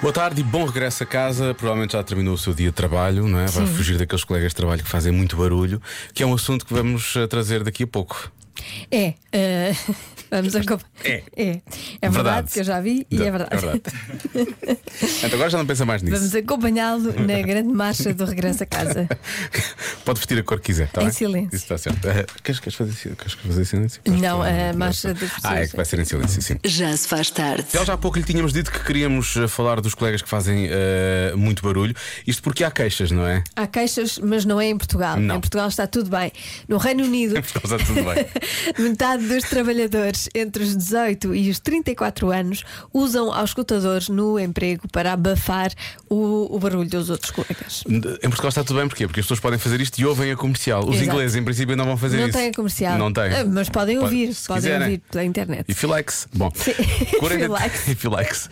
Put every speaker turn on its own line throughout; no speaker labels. Boa tarde e bom regresso a casa. Provavelmente já terminou o seu dia de trabalho, não é? Vai fugir daqueles colegas de trabalho que fazem muito barulho, que é um assunto que vamos eh, trazer daqui a pouco.
É. eh, vamos acompanhar.
É.
É. É verdade,
Verdade.
que eu já vi e é verdade.
Então agora já não pensa mais nisso.
Vamos acompanhá-lo na grande marcha do regresso a casa.
Pode vestir a cor que quiser, tá
Em
bem?
silêncio.
Isso está certo. Eh, queres, queres fazer, si- queres fazer silêncio?
Não, eh,
Pois,
a
tá,
marcha das
Ah, é
pessoas.
que vai ser em silêncio, sim.
Já se faz tarde.
Já há pouco lhe tínhamos dito que queríamos eh, falar dos colegas que fazem eh, muito barulho. Isto porque há queixas, não é?
Há queixas, mas não é em Portugal.
Não.
Em Portugal está tudo bem. No Reino Unido,
Portugal está tudo bem.
metade dos trabalhadores entre os 18 e os 34 anos usam auscultadores no emprego para abafar o, o barulho dos outros colegas.
Em Portugal está tudo bem, porquê? Porque as pessoas podem fazer isto e ouvem a comercial. Os
Exato.
ingleses, em princípio, não vão fazer
não
é isso.
tem a comercial.
Não tem.
Ah, Mas podem
Pode-
ouvir,
se
podem
quiserem.
ouvir pela internet.
If you likes. Bom,
If you likes.
if you likes.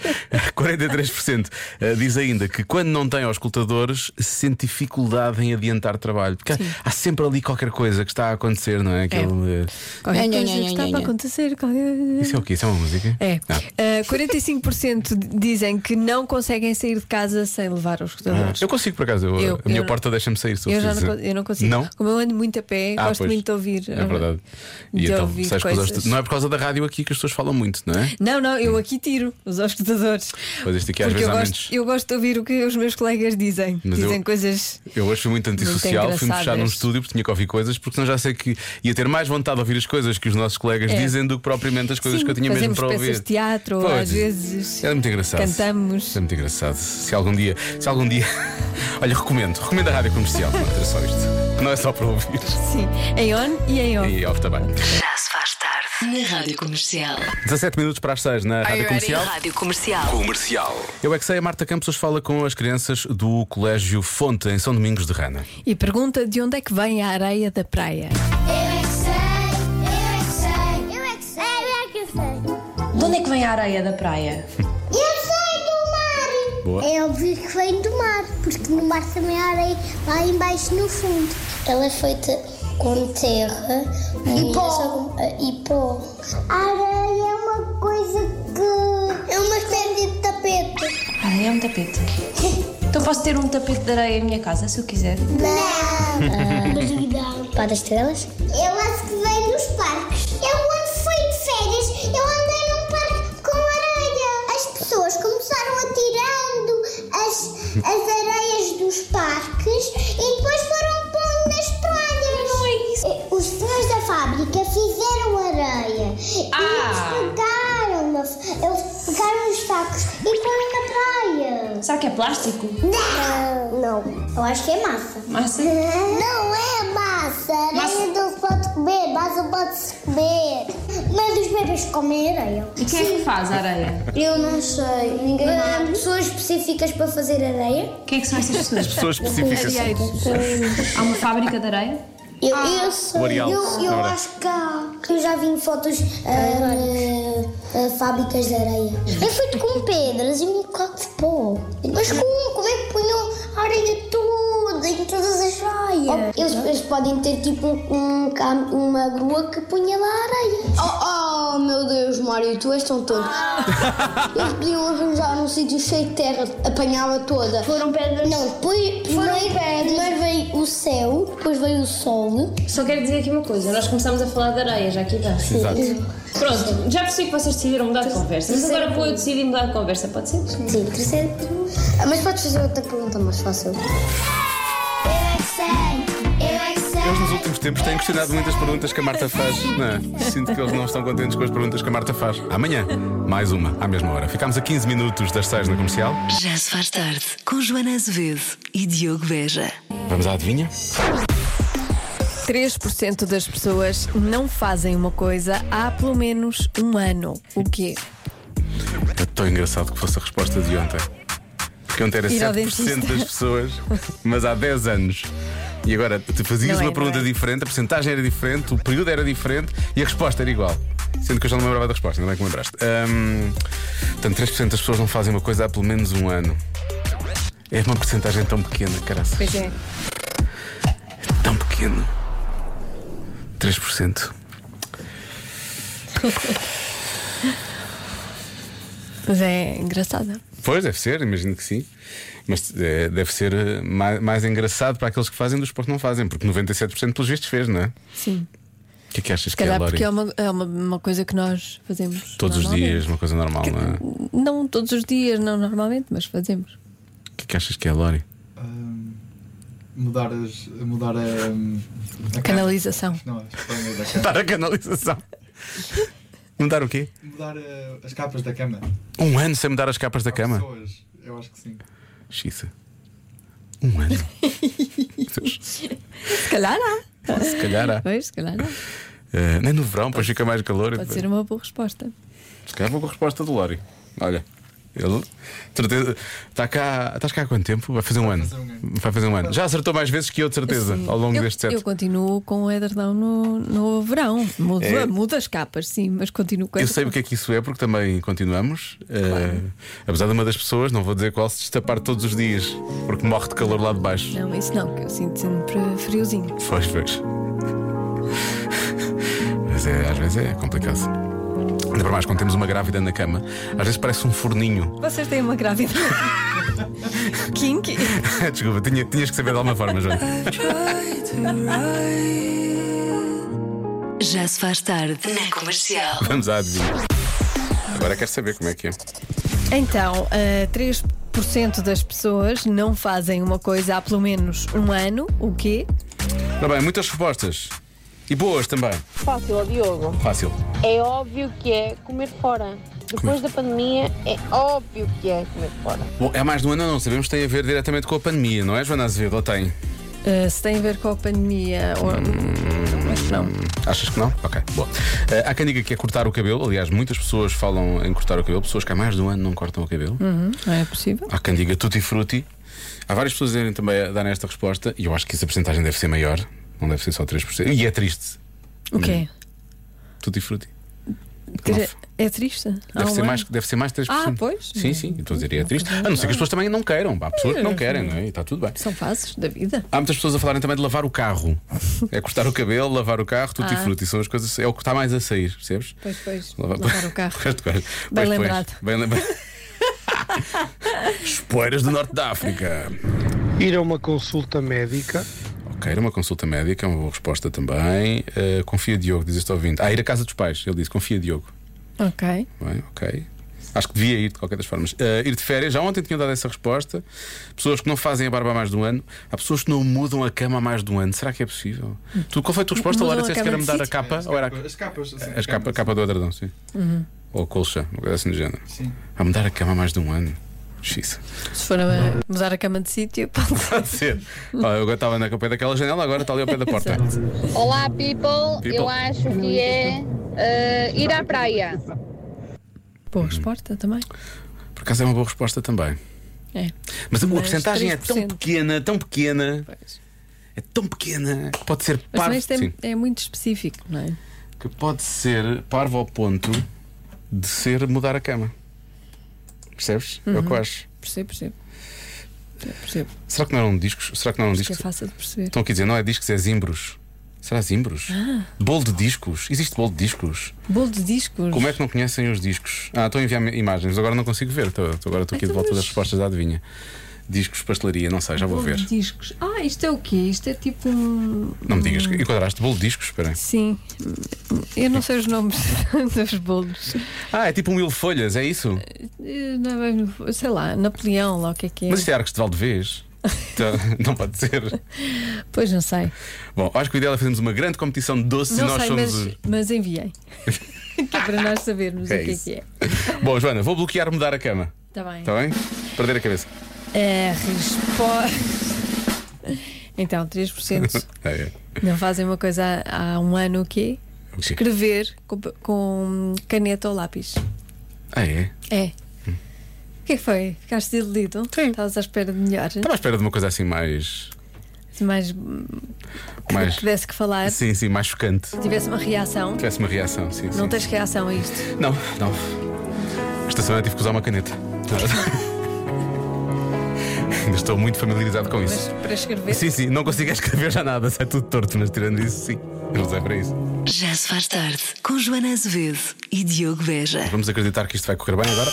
43% eh, diz ainda que quando não tem auscultadores se sente dificuldade em adiantar trabalho. Porque há- há sempre ali qualquer coisa que está a acontecer, não é? Aquele, eh,
Qualquer
Nho, nho,
coisa que
nho,
está
nho,
para
nho.
acontecer. qualquer-
Isso é o quê? Isso é uma música?
É.
Ah.
Uh, 45% dizem que não conseguem sair de casa sem levar os escutadores.
Eu consigo, por acaso. Eu-
É. Eu-
a minha
eu-
porta deixa-me sair. se
Eu já
preciso.
não, con- eu não
Ah,
consigo.
Não?
Como eu ando muito a pé,
Ah,
gosto
pois.
muito de ouvir. eh,
É verdade.
de
E então,
ouvir
sabes que os
coisas.
auscultadores- não é por causa da rádio aqui que as pessoas falam muito, não é?
Não, não, eu aqui tiro os auscultadores.
Pois isto aqui às
Porque
vezes
eu
há
gosto,
menos.
eu gosto de ouvir o que os meus colegas dizem.
Mas
dizem
eu-
coisas.
Eu hoje fui muito antissocial,
Muito
fui-me fechar num
engraçadas.
estúdio porque tinha que ouvir coisas, porque senão já sei que ia ter mais vontade de ouvir as coisas que os nossos colegas
É.
dizem do que propriamente as coisas
Sim,
que eu tinha mesmo
fazemos
para
peças
ouvir.
de teatro, ou
Pois,
às vezes
É muito engraçado.
cantamos.
É muito engraçado. Se algum dia. Se algum dia. Olha, recomendo. Recomendo a rádio comercial. Não é só isto. Não é só para ouvir.
Sim, em on e em off.
E off também.
Já se faz tarde. Na Rádio Comercial.
17 minutos para as 6 na rádio comercial.
Rádio Comercial.
Eu é que sei, a Marta Campos hoje fala com as crianças do Colégio Fonte, em São Domingos de Rana.
E pergunta de onde é que vem a areia da praia.
Eu é que sei, eu é que sei, eu é que sei, eu é que sei.
De onde é que vem a areia da praia?
Eu sei do mar!
Boa.
Eu vi que vem do mar, porque no mar também há areia lá embaixo no fundo. Ela é feita com terra e pó. e pó. A areia é uma coisa que. É uma espécie de tapete.
A areia é um tapete. Então posso ter um tapete de areia em minha casa, se eu quiser.
Não! Pá das estrelas? Eu acho que vem dos parques. Eu quando fui de férias, eu andei num parque com areia. As pessoas começaram a tirando as, as areias dos parques e depois foram pondo nas praias. Não é isso. Os senhores da fábrica fizeram areia
Ah.
e eles pegaram, eles pegaram os sacos e foram na praia.
Será que é plástico?
Não. Não. Eu acho que é massa.
Massa?
Não é massa. Areia não se pode comer. Massa pode-se comer. Mas os bebês comem areia.
E quem é que faz a areia?
Eu não é sei. Ninguém Há pessoas específicas para fazer areia?
Quem é que são essas pessoas?
Pessoas específicas.
Há uma fábrica de areia?
Eu, eu sei.
O areal,
eu
na
eu
verdade.
acho que há. Eu já vi em fotos ah, ah, fábricas de areia. É feito com pedras e um bocado de pó. Mas como? Como é que punham a areia toda em todas as raias? Eles, podem ter tipo uma grua que punha lá a areia. Oh, oh meu Deus, Mário, tu és tão tonto. Eles podiam arranjar um sítio cheio de terra, apanhava toda. Foram pedras? Não, depois, primeiro, primeiro veio o céu, depois veio o sol.
Só quero dizer aqui uma coisa, nós começámos a falar de areia, já aqui dá.
Exato.
Pronto, já percebi que vocês decidiram mudar de conversa, mas agora vou eu decidir mudar de conversa, pode ser?
Sim, terceiro. Mas podes fazer outra pergunta mais fácil. Eu é que sei, eu é que sei.
Eles nos últimos tempos têm questionado muitas perguntas que a Marta faz. Não, é? sinto que eles não estão contentes com as perguntas que a Marta faz. Amanhã, mais uma, à mesma hora. Ficámos a 15 minutos das 6 na comercial.
Já se faz tarde. Com Joana Azevedo e Diogo Veja.
Vamos à adivinha?
3% das pessoas não fazem uma coisa há pelo menos um ano. O quê?
É tão engraçado que fosse a resposta de ontem. Porque ontem era
Ir ao
7% das
dentista.
pessoas, mas há 10 anos. E agora, tu fazias
Não é,
uma
não
pergunta
é.
diferente, a porcentagem era diferente, o período era diferente e a resposta era igual. Sendo que eu já não me lembrava da resposta, ainda bem que me lembraste. Hum, portanto, 3% das pessoas não fazem uma coisa há pelo menos um ano. É uma porcentagem tão pequena, caraças.
Pois é.
Tão pequeno. 3%.
Mas é engraçada.
Pois, deve ser, imagino que sim. Mas eh, deve ser eh, mais, mais engraçado para aqueles que fazem dos que não fazem, porque 97% pelos vistos fez, não é?
Sim.
O que é que achas
Se
que é,
calhar
Lori?
porque é, uma, né? é uma, uma coisa que nós fazemos.
Todos os
normalmente.
dias, uma coisa normal, não é? O
Não todos os dias, não normalmente, mas fazemos.
que é que achas que é, Lori?
Ahm, hum, mudar as. mudar a. a é
Canalização.
Não, as capas da cama.
Mudar a canalização. Mudar o quê?
Mudar eh, as capas da cama.
Um ano sem mudar as capas da
Há
cama?
Pessoas, eu acho que sim.
Xisa. Um ano.
Se calhar há.
Se calhar há.
Pois, se calhar não.
Eh, nem no verão, depois fica mais calor. e
Pode
depois-
ser uma boa resposta.
Se calhar vou com a resposta do Lori. Olha. Ele certeza, está cá, estás cá há quanto tempo? Vai fazer um ano.
fazer um ano.
Vai fazer um ano. Já acertou mais vezes que eu, de certeza, ao longo
Assim, eu,
deste set.
Eu continuo com o edredão no, no verão. Mudo,
É.
mudo as capas, sim, mas continuo com
Eu
edredão.
sei o que é que isso é, porque também continuamos. eh, apesar de uma das pessoas, não vou dizer qual, se destapar todos os dias, porque morre de calor lá de baixo.
Não, isso não, que eu sinto sempre friozinho.
Pois, pois. Mas é, às vezes é complicado. Ainda para mais quando temos uma grávida na cama, às vezes parece um forninho.
Vocês têm uma grávida. Kinky.
Desculpa, tinha, tinhas que saber de alguma forma, Joana.
Já se faz tarde na comercial.
Vamos à adivinha. Agora quero saber como é que é.
Então, eh, 3% das pessoas não fazem uma coisa há pelo menos um ano, o quê?
Ora bem, muitas respostas. E boas também.
Fácil, ó Diogo.
Fácil.
É óbvio que é comer fora. Depois da pandemia, é óbvio que é comer fora.
Bom, é mais de um ano, não sabemos se tem a ver diretamente com a pandemia, não é, Joana Azevedo? Ou tem?
Eh, se tem a ver com a pandemia ou.
Hum.
Acho que não.
Achas que não? Ok, boa. Eh, há quem diga que é cortar o cabelo, aliás, muitas pessoas falam em cortar o cabelo, pessoas que há mais de um ano não cortam o cabelo.
Hum, Não é possível.
Há quem diga tutti frutti. Há várias pessoas a dizerem também a darem esta resposta e eu acho que essa porcentagem deve ser maior, não deve ser só 3%. E é triste.
O quê?
Tutti frutti.
Quer- É triste? Há
Deve,
um
ser
ano?
mais, deve ser mais 3%.
Ah, pois.
Sim, sim, eu estou a dizer, é triste. A não ser que as pessoas também não queiram. Há pessoas que não querem, não é? E está tudo bem.
São fases da vida.
Há muitas pessoas a falarem também de lavar o carro. É cortar o cabelo, lavar o carro, tudo e
Ah.
fruto. E são as coisas. É o que está mais a sair, percebes?
Pois, pois. Lavar o carro.
Pois, pois.
Bem
Pois,
lembrado.
Pois, bem lembrado. Espoeiras do norte da África.
Ir a uma consulta médica,
Ok, era uma consulta médica, é uma boa resposta também. Eh, confia Diogo, diz este ouvinte. Ah, ir à casa dos pais, ele diz, confia Diogo.
Ok.
Bem, é? ok. Acho que devia ir de qualquer das formas. Eh, ir de férias, já ontem tinham dado essa resposta. Pessoas que não fazem a barba há mais de um ano. Há pessoas que não mudam a cama há mais de um ano. Será que é possível? Tu, qual foi a tua resposta?
Mudam
Laura
a
disseste que
cama
era
de
mudar a
sítio?
capa?
É, As
ou era
capas- As capas. assim,
a, as capa, a capa do adredão, sim.
Uhum.
Ou colcha, uma coisa assim do género.
Sim.
A mudar a cama há mais de um ano. Xisa.
Se for a mudar a cama de sítio, pode
Pode ser. Olha, eu agora estava na pé daquela janela, agora está ali ao pé da porta.
Olá, people.
People.
Eu acho que é eh, ir à praia.
Hum.
Boa resposta também.
Por acaso é uma boa resposta também.
É.
Mas, a
Mas
porcentagem é tão
3%.
pequena, tão pequena,
Pois.
é tão pequena, que pode ser
Mas
parvo.
também isto é-
Sim.
é, muito específico, não é?
que pode ser parvo ao ponto de ser mudar a cama. Percebes? É o que eu
Uhum.
acho.
Percebo, percebo. Eu percebo.
Será que não eram discos? Será que não eram
Que é
discos?
fácil de perceber.
Estão aqui a dizer, não é discos, é zimbros. Será zimbros?
Ah.
Bolo de discos? Existe bolo de discos?
Bolo de discos.
Como é que não conhecem os discos? Ah, estão a enviar imagens, agora não consigo ver. Estou, estou- agora estou aqui de
Então,
volta
mas-
das respostas da adivinha. Discos, pastelaria, não sei, já vou
Bolo
ver.
de discos. Ah, isto é o quê? Isto é tipo um.
Não me digas que enquadraste bolo de discos, espera.
Sim. Eu não sei os nomes dos bolos.
Ah, é tipo um mil folhas, é isso?
Eh, não é bem- Sei lá, Napoleão, lá o que é que é.
Mas isto é Arcos de Valdevez. Então, não pode ser.
Pois não sei.
Bom, acho que o ideal é fazermos uma grande competição de doces e
não
nós
sei,
somos.
mas, mas enviei. que é para nós sabermos
É
o que
isso. Tá.
é que é.
os- eh, Bom, Joana, vou bloquear mudar a cama.
Está bem.
Está bem? Perder a cabeça.
É A resposta. Então, 3%
É, é.
não fazem uma coisa há há um ano o quê?
O quê?
Escrever com, com caneta ou lápis.
Ah, é?
É. O que é que foi? Ficaste desiludido?
Sim.
Estavas à espera de melhor?
Estava à espera de uma coisa assim mais.
Se mais hum, que
Mais-
tivesse que falar,
Sim, sim, mais chocante.
se tivesse uma reação.
Tivesse uma reação, sim.
Não
sim,
tens
sim.
reação a isto.
Não, não. Esta semana tive que usar uma caneta. Ainda estou muito familiarizado com
Mas
isso.
para escrever.
Sim, sim, não consigo escrever já nada, sai tudo torto, mas tirando isso, sim. Eles é para isso.
Já se faz tarde com Joana Azevedo e Diogo Veja.
Vamos acreditar que isto vai correr bem agora.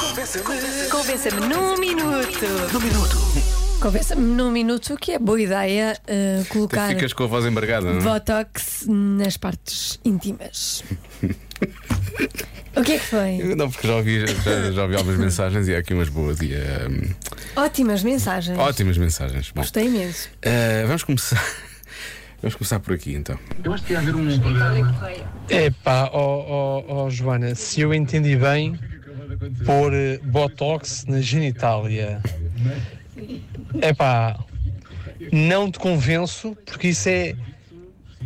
Convença-me num minuto. Num minuto. Convença-me num minuto que é boa ideia eh,
Até
colocar
ficas com a voz embargada, não é?
Botox nas partes íntimas. o que é que foi?
Eu Não, porque já ouvi, já, já ouvi algumas mensagens e há aqui umas boas e hum,
Ótimas mensagens.
ótimas mensagens. Bom,
Gostei imenso.
eh, vamos começar. Vamos começar por aqui então.
Epá, ó oh, Joana, se eu entendi bem, pôr eh, Botox na genitália. Epá, não te convenço, porque isso é.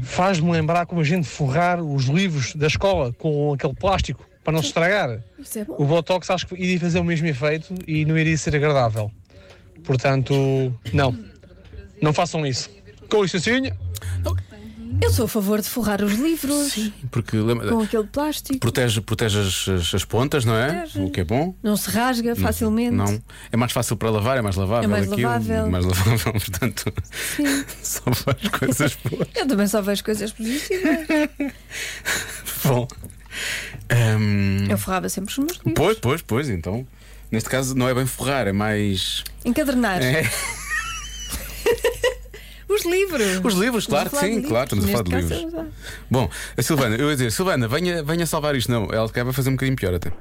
faz-me lembrar como a gente forrar os livros da escola com aquele plástico para não se estragar.
Isso é bom.
O Botox acho que iria fazer o mesmo efeito e não iria ser agradável. Portanto, não. Não façam isso. Com licencinha.
Eu sou a favor de forrar os livros
Porque lembra-
com aquele plástico.
protege, protege as, as- as pontas, não é?
Protege.
O que é bom.
Não se rasga facilmente.
Não. É mais fácil para lavar, é mais lavável
É mais
aquilo.
lavável.
Mais lavável, portanto,
Sim.
só faz coisas boas.
Eu também só vejo coisas positivas.
Bom. hum,
Eu forrava sempre os meus livros.
pois, pois, pois, então. Neste caso não é bem forrar, é mais.
Encadernar
É.
os livros.
Os livros, claro que
Estamos a falar
sim,
de
claro, estamos a falar
livros.
de
Neste
livros.
caso, eu já-
Bom, a Silvana, eu ia dizer, Silvana, venha, venha salvar isto. Não, ela acaba a fazer um bocadinho pior até.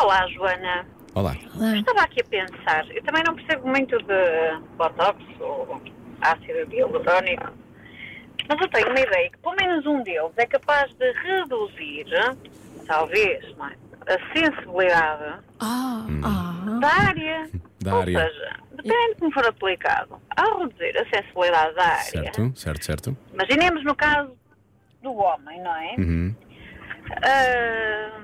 Olá, Joana.
Olá.
Estava aqui a pensar. Eu também não percebo muito de botox ou ácido hialurônico, mas eu tenho uma ideia que pelo menos um deles é capaz de reduzir, talvez, não é? a sensibilidade
Ah,
Hum.
ah.
da área.
Da
ou
área.
seja, depende de como for aplicado. Ao reduzir a sensibilidade da área,
Certo, certo, certo.
imaginemos no caso do homem, não é?
Uhum.
Ah,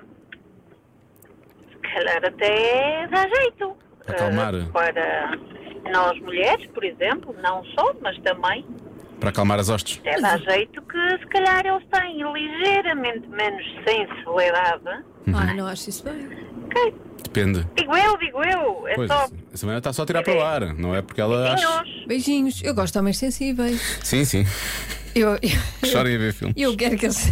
se calhar até dá jeito.
Para acalmar.
Ah, para nós mulheres, por exemplo, não só, mas também
Para acalmar as hostes.
até dá jeito que se calhar eles têm ligeiramente menos sensibilidade.
ah. Ai, não acho isso bem.
Ok,
Depende.
Digo eu, digo eu, é
Pois,
só
a Silvana está só a tirar para o ar, não é porque ela acha.
pinhos.
Beijinhos. Eu gosto de homens sensíveis.
Sim, sim.
Eu, eu,
Chorem a ver filme.
eu quero que eles,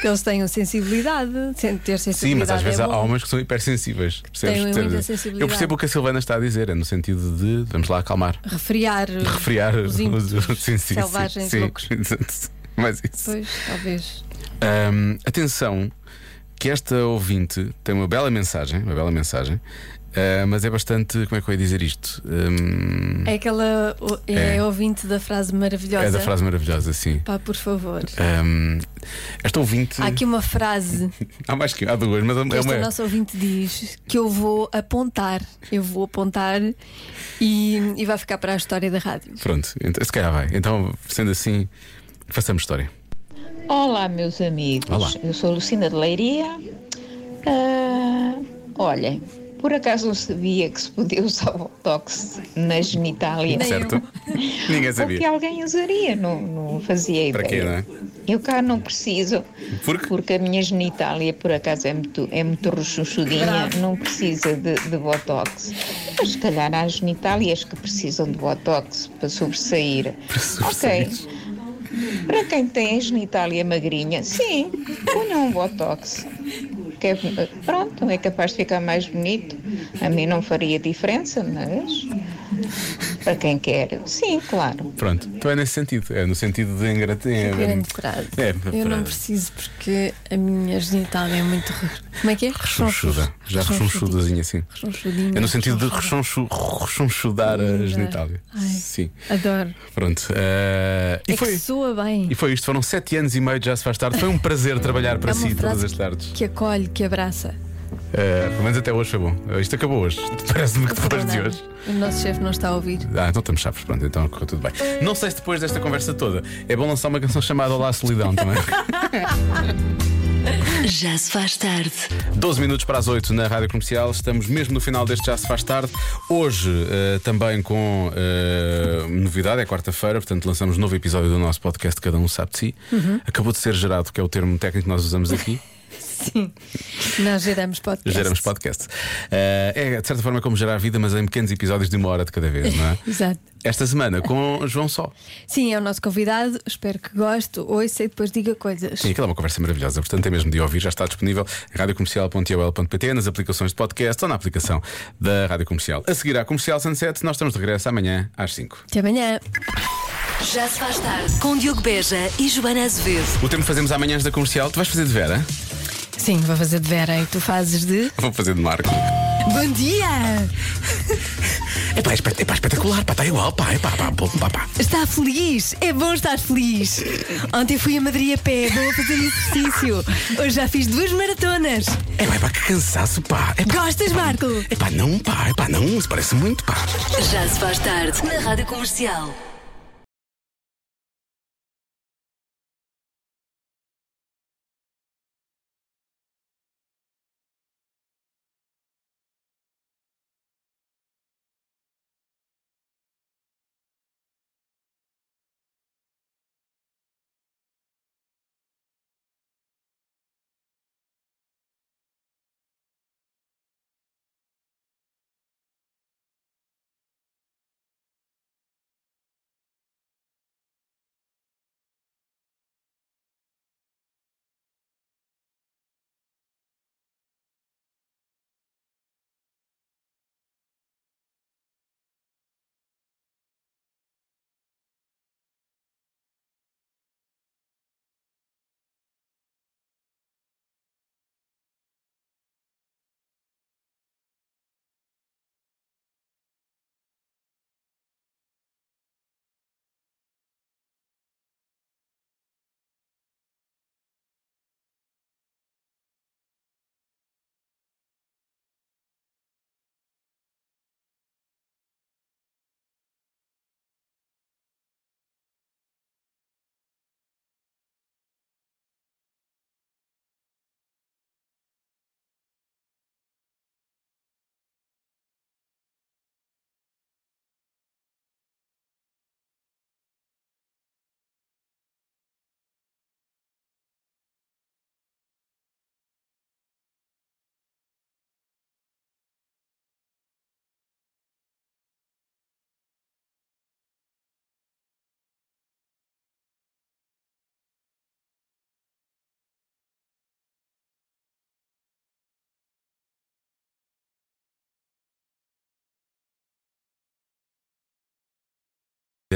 que eles tenham sensibilidade. Sem ter sensibilidade.
Sim, mas às vezes
é
há
bom.
homens que são hipersensíveis. Percebes?
muita
Percebes?
sensibilidade.
Eu percebo o que a Silvana está a dizer, é no sentido de vamos lá acalmar,
Refriar.
refriar
os ímpetos
sim, sim,
selvagens
sim,
loucos.
Exato. Mais isso.
Pois, talvez.
Ahm, atenção, que esta ouvinte tem uma bela mensagem, uma bela mensagem, ah, mas é bastante. Como é que eu ia dizer isto? Ahm,
É aquela. o- É,
É.
ouvinte da frase maravilhosa.
é da frase maravilhosa, sim.
Pá, por favor.
Ahm, esta ouvinte.
Há aqui uma frase
Há mais que há duas, mas
que
é
esta
uma.
nossa ouvinte diz que eu vou apontar. Eu vou apontar e, e vai ficar para a história da rádio.
Pronto, então, se calhar vai. Então, sendo assim, façamos história.
Olá, meus amigos.
Olá.
Eu sou Lucina de Leiria. Ah, olhem, por acaso não sabia que se podia usar Botox na genitália?
Nem
certo?
eu.
Ninguém
Ou que
sabia. Hum.
alguém usaria, não, não fazia
Para quê,
ideia.
não é?
Eu cá não preciso,
Porque-
a minha genitália, por acaso, é muito, é muito rechonchudinha, não precisa de, de botox. Mas se calhar há genitálias que precisam de botox para sobressair.
sobressair.
Ok. Para quem tem a genitália magrinha, sim, ponham um botox. Que é- pronto, é capaz de ficar mais bonito. A mim não faria diferença, mas para quem quer, sim, claro.
Pronto, então é nesse sentido. É no sentido de é engrater.
Grande frase.
É,
eu não
frase.
preciso porque a minha genitália é muito. re- Como é que é?
Rechonchuda. Já rechonchudazinha, assim.
Rechonchudinha.
É no sentido de
Rechonchuda.
rechonchu- rechonchudar a genitália.
Ai.
Sim.
Adoro.
Pronto. eh, e,
É que
foi,
soa bem.
e foi isto. Foram sete anos e meio de Já Se Faz Tarde. Foi um prazer trabalhar para
É
si
uma
todas
frase
as tardes.
Que acolhe, que abraça.
Eh, pelo menos até hoje foi bom. Eh, Isto acabou hoje. Parece-me
É
que depois de hoje.
O nosso chefe não está a ouvir.
Ah, então estamos chaves, pronto, então correu tudo bem. Não sei se depois desta conversa toda é bom lançar uma canção chamada Olá Solidão também.
Já se faz tarde.
12 minutos para as 8 na Rádio Comercial, estamos mesmo no final deste Já Se Faz Tarde. Hoje eh, também com eh, novidade, é quarta-feira, portanto lançamos um novo
Uhum.
episódio do nosso podcast Cada Um Sabe de Si. Acabou de ser gerado, que é o termo técnico que nós usamos aqui.
Sim. Nós geramos podcast.
Geramos podcast. Eh, é, de certa forma, como gerar vida, mas em pequenos episódios de uma hora de cada vez, não é?
Exato.
Esta semana com João Só.
Sim, é o nosso convidado. Espero que goste, ouça e depois diga coisas.
Sim, aquela é uma conversa maravilhosa, portanto é mesmo de ouvir, já está disponível em radiocomercial.ioel.pt, nas aplicações de podcast ou na aplicação da Rádio Comercial. A seguir à Comercial Sunset, nós estamos de regresso amanhã às 5.
Até amanhã.
Já se faz tarde com Diogo Beja e Joana Azevedo.
O tempo que fazemos amanhã da comercial, tu vais fazer de Vera?
Sim, vou fazer de Vera e tu fazes de.
Vou fazer de Marco.
Bom dia!
É pá, espetacular, pá, está igual, pá, é pá, pá, pá, pá.
Está feliz? É bom estar feliz. Ontem fui a Madrid a pé, vou fazer exercício. Hoje já fiz duas maratonas.
É pá, é pá, que cansaço, pá. É
Gostas, Marco?
É pá, não, pá, é pá, não, isso parece muito, pá.
Já se faz tarde na Rádio Comercial.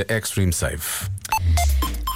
Extreme Save.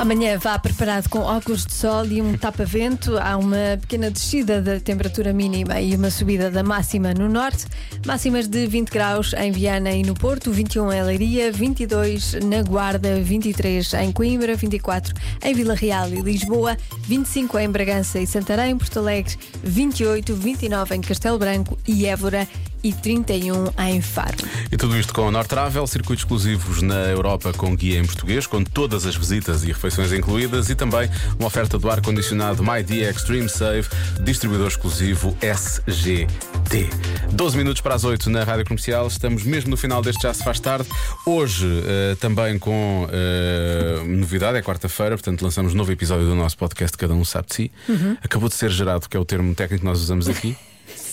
Amanhã vá preparado com óculos de sol e um tapa-vento. Há uma pequena descida da temperatura mínima e uma subida da máxima no norte. Máximas de 20 graus em Viana e no Porto, 21 em Leiria, 22 na Guarda, 23 em Coimbra, 24 em Vila Real e Lisboa, 25 em Bragança e Santarém, Porto Alegre, 28, 29 em Castelo Branco e Évora e 31 em Faro.
E tudo isto com a Nortravel, circuitos exclusivos na Europa com guia em português, com todas as visitas e refeições incluídas e também uma oferta do ar-condicionado MyD Extreme Save, distribuidor exclusivo SGT. 12 minutos para as 8 na Rádio Comercial, estamos mesmo no final deste Já Se Faz Tarde. Hoje eh, também com eh, novidade, é quarta-feira, portanto lançamos um novo episódio do nosso podcast Cada Um Sabe de Si.
Uhum.
Acabou de ser gerado, que é o termo técnico que nós usamos aqui.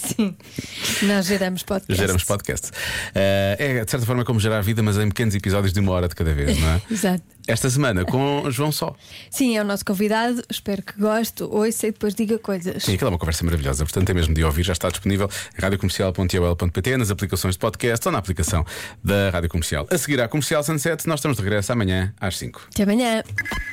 Sim, nós geramos podcast.
Geramos podcast. Eh, é de certa forma como gerar vida, mas em pequenos episódios de uma hora de cada vez, não é?
Exato.
Esta semana com João Só.
Sim, é o nosso convidado. Espero que goste, ouça e depois diga coisas.
Sim, aquela é uma conversa maravilhosa, portanto é mesmo de ouvir, já está disponível em radiocomercial.ioel.pt, nas aplicações de podcast ou na aplicação da Rádio Comercial. A seguir à Comercial Sunset, nós estamos de regresso amanhã às 5.
Até amanhã.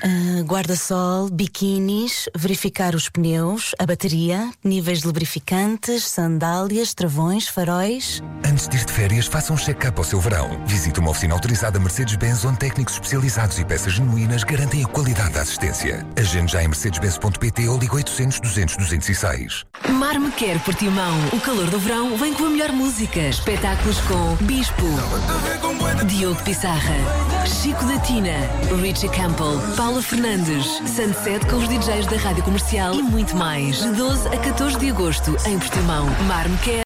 Ah, Guarda-sol, biquinis, verificar os pneus, a bateria, níveis de lubrificantes, sandálias, travões, faróis.
Antes de ir de férias, faça um check-up ao seu verão. Visite uma oficina autorizada Mercedes-Benz, onde técnicos especializados e peças genuínas garantem a qualidade da assistência. Agende já em mercedes-benz.pt ou ligue 800 200 206.
Mar me quer Portimão. O calor do verão vem com a melhor música. Espetáculos com Bispo, Diogo Pissarra, Chico da Tina, Richie Campbell, Paula Fernandes, Sunset com os DJs da Rádio Comercial e muito mais. De 12 a 14 de agosto em Portimão. Mar me quer.